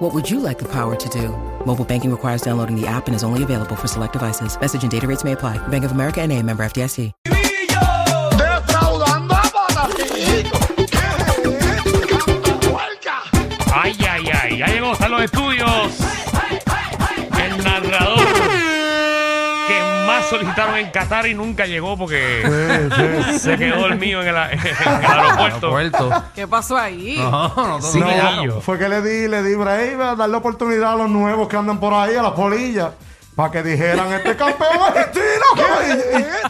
What would you like the power to do? Mobile banking requires downloading the app and is only available for select devices. Message and data rates may apply. Bank of America and a member FDIC. defraudando a Bonafidito. ¡Huelga! Ay, ay, ay, ya llegó a los estudios. El narrador que más solicitaron en Qatar y nunca llegó porque se quedó dormido en el, a- en Ah, el aeropuerto. ¿Qué pasó ahí? Sin gallo. Fue que le di, le di Ibrahim a darle oportunidad a los nuevos que andan por ahí, a las polillas, para que dijeran, este campeón argentino.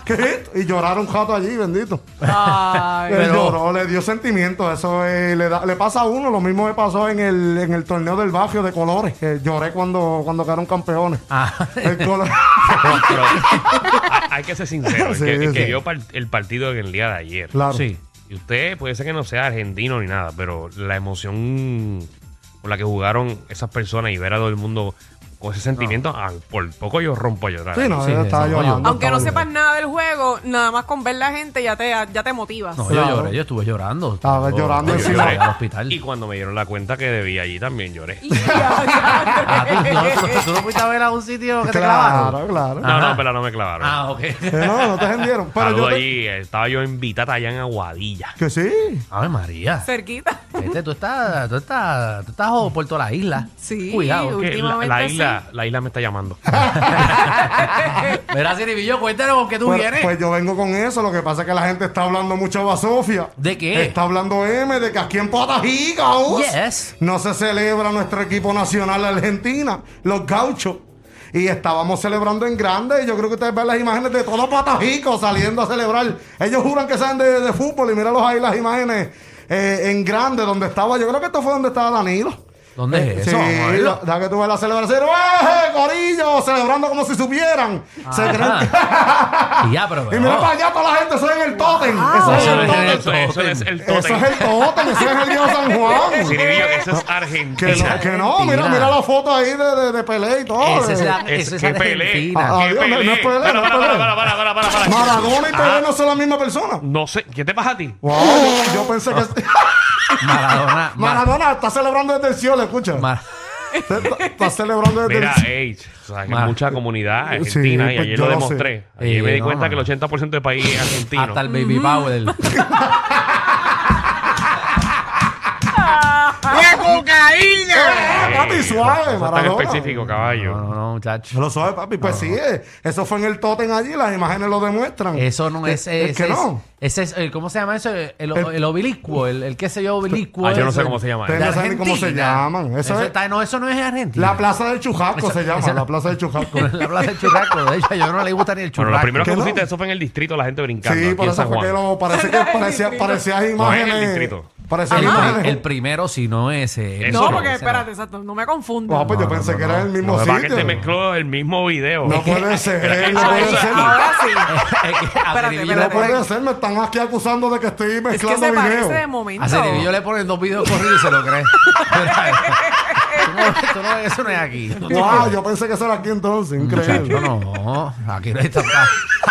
¿Qué? ¿Qué? Y lloraron un jato allí, bendito. Ay, Él lloró, le dio sentimientos, eso eh, le, da- le pasa a uno, lo mismo me pasó en el, en el torneo del barrio de colores, que lloré cuando, cuando quedaron campeones. El color- Pero hay- hay que ser sincero. el que, Sí, el que sí. vio par- el partido en el día de ayer. claro. Y usted puede ser que no sea argentino ni nada, pero la emoción con la que jugaron esas personas y ver a todo el mundo con ese sentimiento, ah, por poco yo rompo a llorar. Sí, no, Sí, él estaba sí, sí. llorando. Aunque no estaba- sepas nada del juego, nada más con ver la gente ya te, ya te motivas. No, Claro. yo lloré, yo estuve llorando. Estaba Yo- llorando yo encima. lloré al hospital. Y cuando me dieron la cuenta que debía allí también lloré. Y ya, Ah, ¿tú, tú- tú- ya. tú no fuiste a ver a un sitio que te clavaron. Claro, claro. No, no, Ajá. pero no me clavaron. Ah, ok. Eh, No, no te rendieron. Pero Saludo yo te- allí, estaba yo invitada allá en Aguadilla. Que sí. Ave María. Cerquita. Vete, tú estás, tú estás, tú estás por toda la isla. Sí. Cuidado. Que La, Últimamente la isla, la isla me está llamando. Ah, Verás, Siribillo, cuéntanos con qué tú Pues, vienes. pues yo vengo con eso, lo que pasa es que la gente está hablando mucho basofia. ¿De qué? Está hablando M, de que aquí en Potají, Gaús, Yes. no se celebra nuestro equipo nacional de Argentina, los gauchos. Y estábamos celebrando en grande, y yo creo que ustedes ven las imágenes de todos Potajico saliendo a celebrar. Ellos juran que saben de, de fútbol, y míralos ahí las imágenes eh, en grande, donde estaba, yo creo que esto fue donde estaba Danilo. ¿Dónde Eh, es eso? Sí, Vamos a verlo. la- deja que tú veas la celebración. ¡Eh, corillo! Celebrando como si supieran. Ah. Se creen que- Y ya, pero. y mira no. para allá toda la gente, eso es en el tótem. Ah, Eso es Eso, el es tótem. el, tótem. eso es el Eso tótem. es el tótem, eso es el Dios San Juan. Siribillo, que eso es Que Argentina. no, que no, mira, mira la foto ahí de, de, de Pelé y todo. Ese es la- Es- Eso es que Pelé. Argentina. que Ah, Dios, no- Pelé. no es Pelé, Para, no es para, Pelé. para, para, para, para, para. Maradona y Pelé Ah, no son la misma persona. No sé, ¿qué te pasa a ti? Wow, yo pensé que. Ah. Maradona. Maradona. Maradona está celebrando desde el cielo, escucha. Está, está celebrando desde Mira, el cielo. ey, o sea, que Ma- hay mucha comunidad Sí, argentina y pues ayer yo lo lo sé. demostré. Ayer Sí, me di no, cuenta no. que el 80% del país es argentino. Hasta el Baby Powell. Eh, papi, suave, no seas tan Maradona. específico, Ah. caballo. No, no, no, muchacho. Lo sabe, papi. Pues sí, eh, eso fue en el tótem allí, las imágenes lo demuestran. Eh, Eso no es. Es ese que no. Ese es, eh, ¿Cómo se llama eso? El, el, El- el oblicuo, el, el qué sé yo, oblicuo. Ah, yo no ese. sé cómo se llama. Ustedes De no saben ni cómo se Argentina. llaman. Eso Eso, es- está- no, eso no es Argentina. La plaza del Chujasco Esa- se llama, esa- la plaza del Chujasco. la plaza del churrasco. De hecho, yo no le gusta ni el Bueno, churrasco. lo primero que ¿Qué no? pusiste eso fue en el distrito, la gente brincando. Sí, aquí por en eso San fue Juan. que lo, parece que parecía, parecía imágenes. distrito. Parecía el, imágenes. pri- el primero, si no ese. Eso No, no, porque ese no. espérate, exacto, no me confundo. No, pues yo No, pensé no, que no, era el mismo Lo que pasa es que sitio. te mezcló el mismo video. No puede ser, no Eso- puede eso- ser. Ah, Ahora sí. Es que a No Ceribello Espérate, le espérate. ponen- puede ser, me están aquí acusando de que estoy Es que se mezclando parece de videos. momento. A Ceribello Ah, le ponen dos videos corridos y se lo cree. Tú no- tú no- eso no es aquí. Wow, yo pensé que eso era aquí entonces, increíble. No, no, aquí no hay tanta-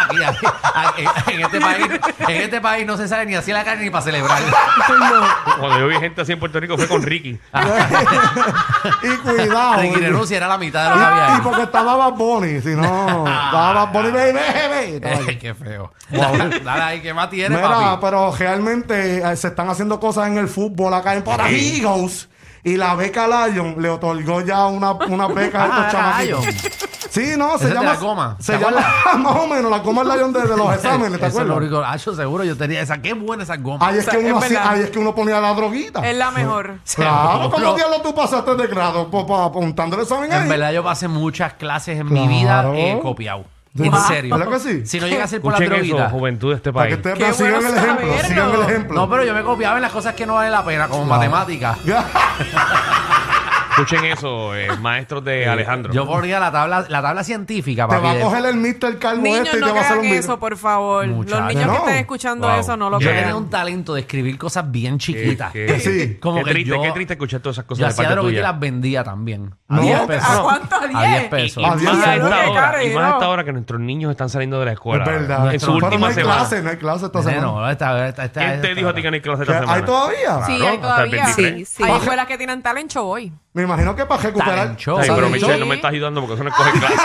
Aquí, aquí- aquí- en, este país, en este país no se sale ni así la carne ni para celebrar. Cuando yo vi gente así en Puerto Rico fue con Ricky. y cuidado. Ricky y, Renuncia era la mitad de lo que había y ahí. porque estaba Bad Bunny, si no, estaba Bad Bunny, ve, ve, ve, estaba Eh, ahí. Qué feo. Dale, dale ahí, ¿qué más tienes, Mira, papi? pero realmente eh, se están haciendo cosas en el fútbol acá en Potagigos. Y la beca Lion le otorgó ya una, una beca a pues, estos Ah, chamaquitos. Lion. Sí, no, Esa se es de llama. la goma, Se ¿te llama más o menos la goma Lion de, de los exámenes, ¿te Eso es lo acuerdas? único. Ah, yo seguro yo tenía esa. Qué buena esa goma. Ahí es, O sea, que uno es hacía- verdad. ahí es que uno ponía la droguita. Es la mejor. Claro, Seguro. ¿cómo diablos tú pasaste de grado? Po- pa- Apuntando el examen En ahí. verdad yo pasé muchas clases en mi vida Claro. eh, copiado. Sí. En Wow. serio. ¿Verdad que sí? Si no llega a ser por la Escuchen eso, droguita. juventud de este Para que país. ustedes Qué vean, sigan bueno el ejemplo, saberlo. sigan el ejemplo. No, pero yo me copiaba en las cosas que no valen la pena, como matemáticas. Escuchen eso, eh, maestros de Alejandro. Yo ponía la tabla, la tabla científica, Te papi. va a de- coger el Mr. Calvo Niños, este y no te va a hacer crean un video. eso, por favor. Muchachos. Los niños No. que estén escuchando Wow. eso no lo Yo Yo Yeah. tenía crean. un talento de escribir cosas bien chiquitas. Qué- qué- Sí. Como qué que triste, yo- qué triste escuchar todas esas Yo cosas de hacía parte droga y tuya. las vendía también. A No. 10 ¿A pesos. cuánto? ¿A A 10 10? pesos. Y Adiós, más a Alejandro. esta Qué hora, y carero. más a esta hora que nuestros niños están saliendo de la escuela. Es verdad. En su Pero no última hay semana. clase, no hay clase esta Nene, semana. no, esta- esta- esta- ¿Quién te esta- dijo a ti que no hay clase ¿Qué- esta semana? ¿Hay todavía? Sí, Claro, hay hasta el todavía. 23. Sí, sí. Hay escuelas que tienen talento hoy. Me imagino que para recuperar. Talent show. Ay, pero Talent Michelle, show. no me estás ayudando porque eso no es coger clase.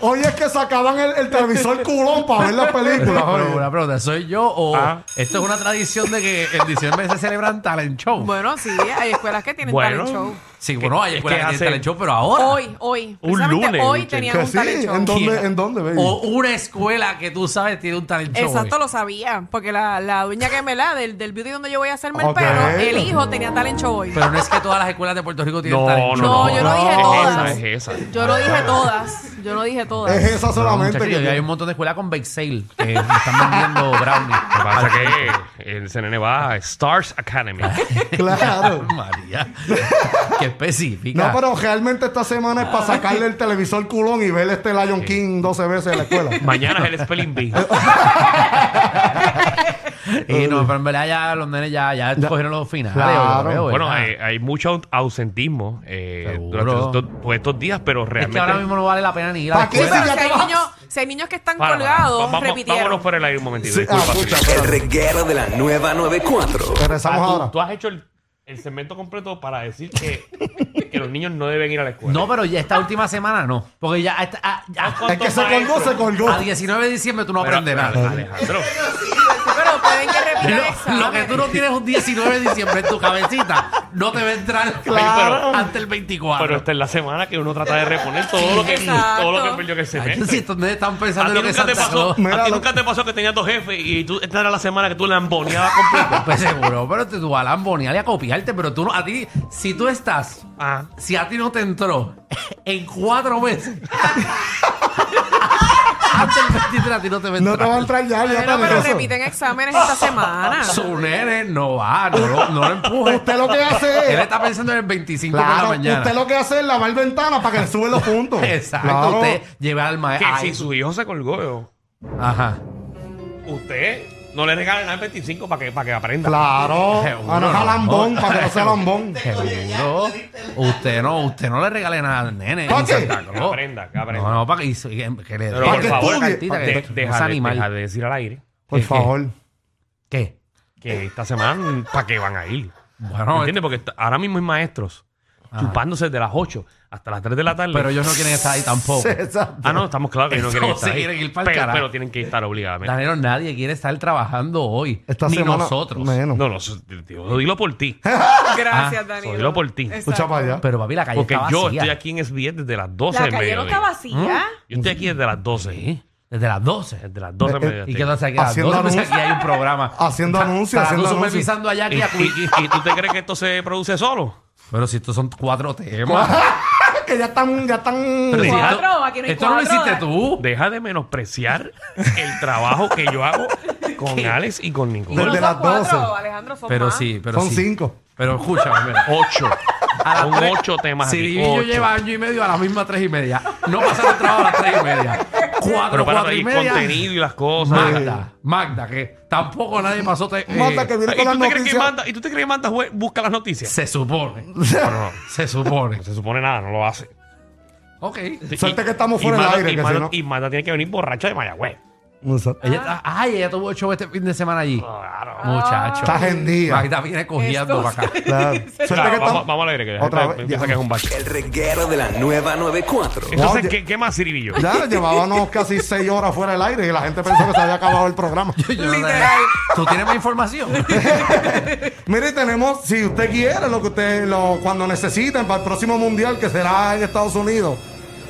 Hoy es que sacaban el, el televisor culón para ver las películas. Pero oye. una pregunta, ¿soy yo o Ajá. esto es una tradición de que en diciembre se celebran talent show? Bueno, sí, hay escuelas que tienen Bueno. talent show. sí, bueno, hay es escuelas que que tienen hace- talent show, pero ahora. Hoy, hoy. Un precisamente lunes, hoy Michelle. tenían Que un sí, talent show. ¿en dónde, en dónde, baby? O una escuela que tú sabes tiene un talent show. eh. Exacto, hoy. lo sabía. Porque la, la dueña que me la del, del beauty donde yo voy a hacerme Ok. el pelo, el hijo tenía talent show hoy. Pero no es que todas las escuelas de Puerto Rico tienen No, talent no, show. no, yo no dije No, todas. es esa, es esa. Yo no dije todas. Yo no dije todas. Es esa solamente. Ah, Muchachos, que- y hay un montón de escuelas con bake sale que me están vendiendo brownies. Lo que pasa es que el CNN va a Stars Academy. Claro. María. Qué específica. No, pero realmente esta semana es para sacarle el televisor culón y ver este Lion King 12 veces en la escuela. Mañana es el Spelling Bee. Y no, pero en verdad ya los nenes ya, ya cogieron los finales. eh, Claro. yo creo, Bueno, eh, ¿verdad? hay, hay mucho ausentismo eh, Seguro. durante estos, pues, estos días, pero Es realmente... que ahora mismo no vale la pena ni ir a la ¿Para qué Sí, escuela. si pero ya si hay, te vas? niños, si hay niños que están Para, para, colgados, vamos- repitieron. Vámonos por el aire un momentito. Sí, disculpa, ah, Felipe. pucha, pues, pero- El reguero de la nueva 94. Regresamos Ah, tú- ahora. tú, has hecho el, el segmento completo para decir que, que los niños no deben ir a la escuela. No, pero ya esta última semana no. Porque ya, esta- a, a- Es que se colgó, maestros? se colgó. a 19 de diciembre tú no Pero, aprendes pero, nada. Alejandro, Pero pueden que repitan Lo, lo que tú no tienes un 19 de diciembre en tu cabecita no te va a entrar Claro. antes del 24. pero esta es la semana que uno trata de reponer todo lo que, Exacto. todo lo que perdió que se Ay, si estos nenes están A pensando ti en lo que nunca te Santa pasó, Claus. Mira, a ti lo- nunca te pasó que tenías dos jefes y tú esta era la semana que tú lamboneabas completo. Pues seguro, pero te, tú vas a lambonear y a copiarte, pero tú no, a ti, si tú estás, Ah. si a ti no te entró en cuatro meses, antes del 23 a ti no te va a No te va a entrar. entrar ya, ya Bueno, te pero regreso. repiten exámenes esta semana. Su nene no va, no, lo- no lo empuje. Usted lo que hace Él es. está pensando en el 25 Claro, por la mañana. usted lo que hace es lavar ventanas para que le suben los puntos. Exacto, Claro. usted lleva al Que maestro. si su hijo se colgó, yo, Ajá. usted no le regala nada el 25 para que, para que aprenda. Claro. Seguro, Oh, A no no. sea lambón, para que no sea lambón. Seguro. Usted no, usted no le regale nada al nene. ¿Para ni qué? Santa Que Claus. aprenda, que aprenda. No, no, para que, y- y- que le Pero ¿Para por qué favor, estudie? cartita que de- no deja, sea de, animal. deja de decir al aire Por ¿Qué, qué? favor. Ah, ¿Qué? que esta semana, ¿para qué van a ir? Bueno, ¿Entiendes? Porque está- ahora mismo hay maestros chupándose de las 8 hasta las 3 de la tarde. pero ellos no quieren estar ahí tampoco. Exacto. Ah, no, estamos claros que no quieren Todos estar se ahí. quieren ir pa'l pero, carajo. pero tienen que estar obligadamente. Danero, nadie quiere estar trabajando hoy. Esta ni semana. nosotros. Menos. No, no, eso- yo dilo por ti. ah, Gracias, so, Daniel. dilo por ti. Exacto. Escucha para allá. Pero papi, la calle Porque está yo vacía. estoy aquí en SBS desde las 12 La del calle no mediodía. está vacía. ¿Mm? Yo estoy aquí desde las 12. Sí, Desde las 12. Desde las 12 del mediodía. ¿Y qué estoy aquí. tú haces aquí? a las Eh, Haciendo 12? Pues anuncios. aquí hay un programa. Haciendo Está- anuncios, estarás tú haciendo anuncios. supervisando allá ¿Y, aquí a Quickie. y- y tú te crees que esto se produce solo? Pero si estos son cuatro temas. que ya están, ya están. Pero si Cuatro, esto- aquí no hay Esto no lo cuatro, hiciste Dan- tú. Deja de menospreciar el trabajo que yo hago con Alex y con Nicolás. Desde Uno son las cuatro, 12. Alejandro, son Pero más. sí, pero Son sí. cinco. Pero escúchame, mira. 8. A las Son tres- ocho temas Si aquí, Divillo ocho. lleva año y medio a las mismas tres y media. No pasa el trabajo a las tres y media. Cuatro, Pero para cuatro el y media. contenido y las cosas. Magda, Magda, que tampoco nadie pasó. te- eh, Manda que viene ¿Y con las tú, te crees que noticias. manda, ¿Y tú te crees que manda jue- busca las noticias? Se supone. No, no, no. Se supone. No se supone nada, no lo hace. Ok. Ah. Suerte que estamos fuera del Magda- aire, Y que si Magda- no- y Magda tiene que venir borracha de Mayagüez. Exacto. Ella está- ay, ella tuvo show este fin de semana allí. Ah. Claro. Muchacho. Estás en día. Magda viene cogiendo para Esto- acá. Claro. Suerte Claro, que vamos, estamos. vamos al aire, que la Otra gente vez, piensa ya. que es un bache. El reguero de la nueva 94. Entonces, ya- ¿qué, qué más, Ciribillo? Ya llevábamos casi seis horas fuera del aire y la gente pensó que se había acabado el programa. Yo no sé. Literal. ¿Tú tienes más información? Mire, y tenemos, si usted quiere, lo que usted, lo, cuando necesiten para el próximo mundial que será en Estados Unidos,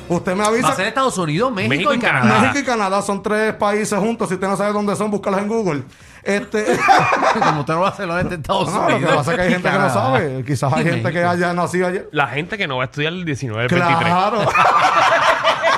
usted me Va a ser avisa. Estados Unidos, México, México y y Canadá. Canadá. México y Canadá son tres países juntos. Si usted no sabe dónde son, búscalos en Google. Este, Como usted no va a hacerlo desde este Estados no, lo Unidos. que pasa es que hay y gente que no Canadá. sabe. Quizás hay Y gente que México. haya nacido ayer. La gente que no va a estudiar el 19 al 23. Claro.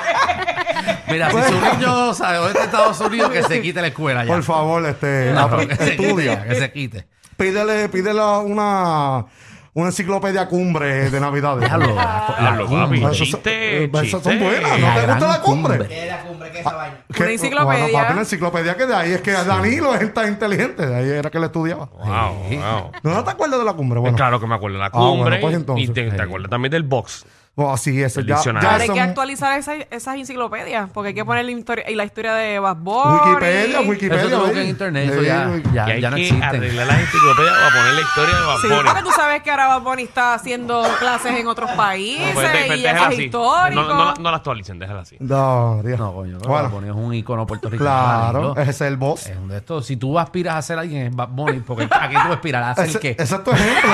Mira, si su niño sabe dónde está Estados Unidos, que se quite la escuela ya. Por favor, este, No, que se quite estudia. ya, que se quite. pídele, pídele una, una enciclopedia cumbre de Navidades. Diablo, Diablo, papi, Esas son- chiste, eh, esas son chiste. buenas, ¿no te gran gusta la cumbre? Ah, cumbre. Era cumbre que esa vaina. ¿Qué? Una enciclopedia. Bueno, papi, una enciclopedia que de ahí es que Danilo es tan inteligente, de ahí era que le estudiaba. Wow, wow. ¿No te acuerdas de la cumbre? Pues Bueno, Claro que me acuerdo de la Ah, bueno, cumbre. pues y entonces. te, te acuerdas también del box. oh, así es. El Ya, diccionario. ya Ahora hay que son- actualizar esa- esas enciclopedias, porque hay que poner la historia, y la historia de Bad Bunny. Wikipedia, Wikipedia. Eso te busca en oye. internet, eso Sí, ya, oye. y ya, hay ya no que existen. arreglar la enciclopedia para poner la historia de Bad Sí, Bunny. porque tú sabes que ahora Bad Bunny está haciendo clases en otros No, países pues, de- pues, y déjala eso es así. histórico. No, no, la- no la actualicen, déjala así. No, Dios. No, coño, pero Bad Bueno, Bunny es un icono puertorriqueño. claro, Danilo. ese es el boss. Es un de estos. Si tú aspiras a ser alguien, es Bad Bunny, porque ¿a qué tú aspiras? ¿A hacer Ese, qué? ese es tu ejemplo.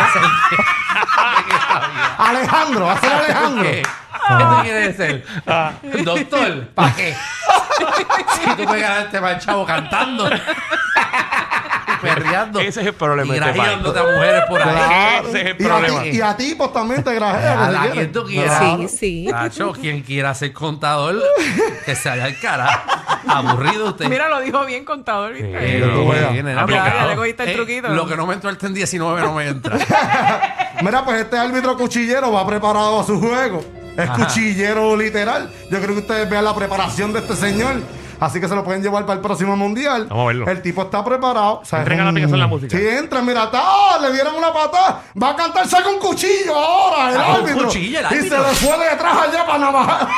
Alejandro, va a ser Alejandro. ¿Qué? ¿Qué Ah. tú quieres ser? Doctor, ¿para qué? Si tú puedes ganarte para el chavo cantando. Perreando. Ese es el problema Y de este país. grajeándote a mujeres por ahí. Claro. Ese es el y, a problema. ti, y a ti, pues también te grajea. que A si la quieres. que tú quieras. Claro. sí. Nacho, quien quiera ser contador, que se vaya al cara. Aburrido usted. Mira, lo dijo bien contador, Sí. ¿viste? que tú veas. bien, era Aplicado. aplicado. Le cogiste el truquito. Eh, lo que no me entró el 19 no me entra. Mira, pues este árbitro cuchillero va preparado a su juego. Es cuchillero literal. Yo creo que ustedes vean la preparación de este señor. Así que se lo pueden llevar para el próximo mundial. Vamos a verlo. El tipo está preparado. O sea, es Entrega la un- aplicación la música. Sí, entra, mira, está, ¡ah! le dieron una patada. Va a cantar, saca un cuchillo ahora, el Saca un árbitro. cuchillo, el Y árbitro. se le fue de detrás allá para navajar.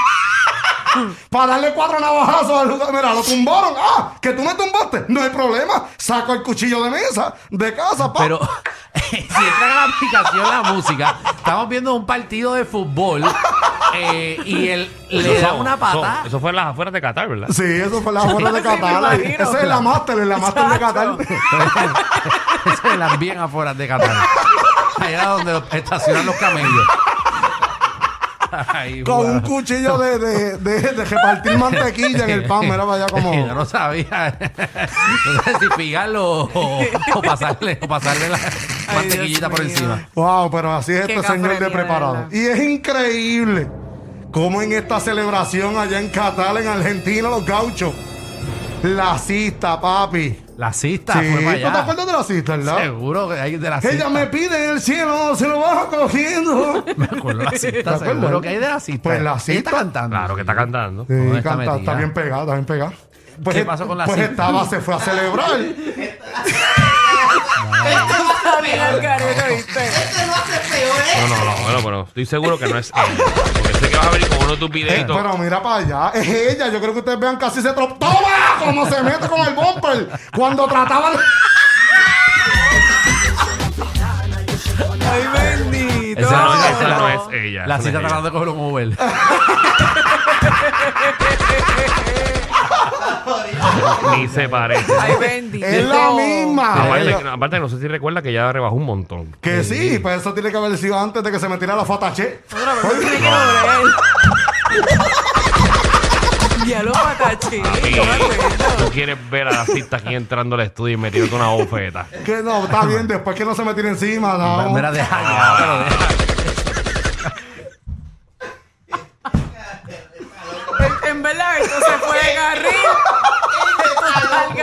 para darle cuatro navajazos al jugador. Mira, lo tumbaron. Ah, que tú me tumbaste. No hay problema. Saco el cuchillo de mesa, de casa, pa. Pero si entran a la aplicación la música, estamos viendo un partido de fútbol eh, y él le da son- una patada. Eso, eso fue en las afueras de Qatar, ¿verdad? Sí, eso fue la afuera de Sí, me Qatar. ahí. imagino. Esa es la máster, la máster de Qatar. Se las bien afuera de Qatar. Allá donde los- estacionan los camellos. Ay, Con un guau. cuchillo de, de, de- de repartir mantequilla en el pan. Mira, vaya Yo como. no sabía. No sé si pigarlo o, o pasarle, o pasarle la mantequillita Dios por mío. encima. Wow, pero así es Qué este señor de cafrería, preparado. ¿verdad? Y es increíble cómo en esta celebración allá en Qatar, en Argentina, los gauchos. La cista, papi. La cista sí, fue para ¿tú te allá. acuerdas de la cista, verdad? Seguro que hay de la cista. Ella me pide en el cielo, se lo bajo cogiendo. Me acuerdo de la cista, acuerdas? seguro que hay de la cista. Pues la Ella cista. está cantando. Claro que está cantando. Sí, ¿Dónde está canta, metida? está bien pegada, está bien pegada. Pues, ¿Qué pasó con la Pues cita? estaba, se fue a celebrar. Está bien al garete, ¿viste? Esto no hace peor, ¿eh? No, no, no, bueno, pero estoy seguro que no es ella. Porque sé que vas a venir con uno de tus Eh, videitos. pero mira para allá, es ella. Yo creo que ustedes vean casi se tro... ¡Toma! Como se mete con el bumper cuando trataba de... Ay, bendito. Ese no, no, esa ese no no. es ella. La esa cita no es ella. tratando de coger un Uber. Ni se parece. Ay, bendito. Es la misma. Aparte, Ella- que- aparte que no sé si recuerda que ya rebajó un montón. Que sí, pues eso tiene que haber sido antes de que se metiera la fatache. Otra vez, tiene que doler. Ya lo patachí. Y Yo tú quieres ver a la cita aquí entrando al estudio y metiéndote una bofeta. Que no, está bien, después que no se metiera encima. No. Pues Mira, deja ya, pero deja. En- En verdad, esto se fue de carril. Esto está al Yo me voy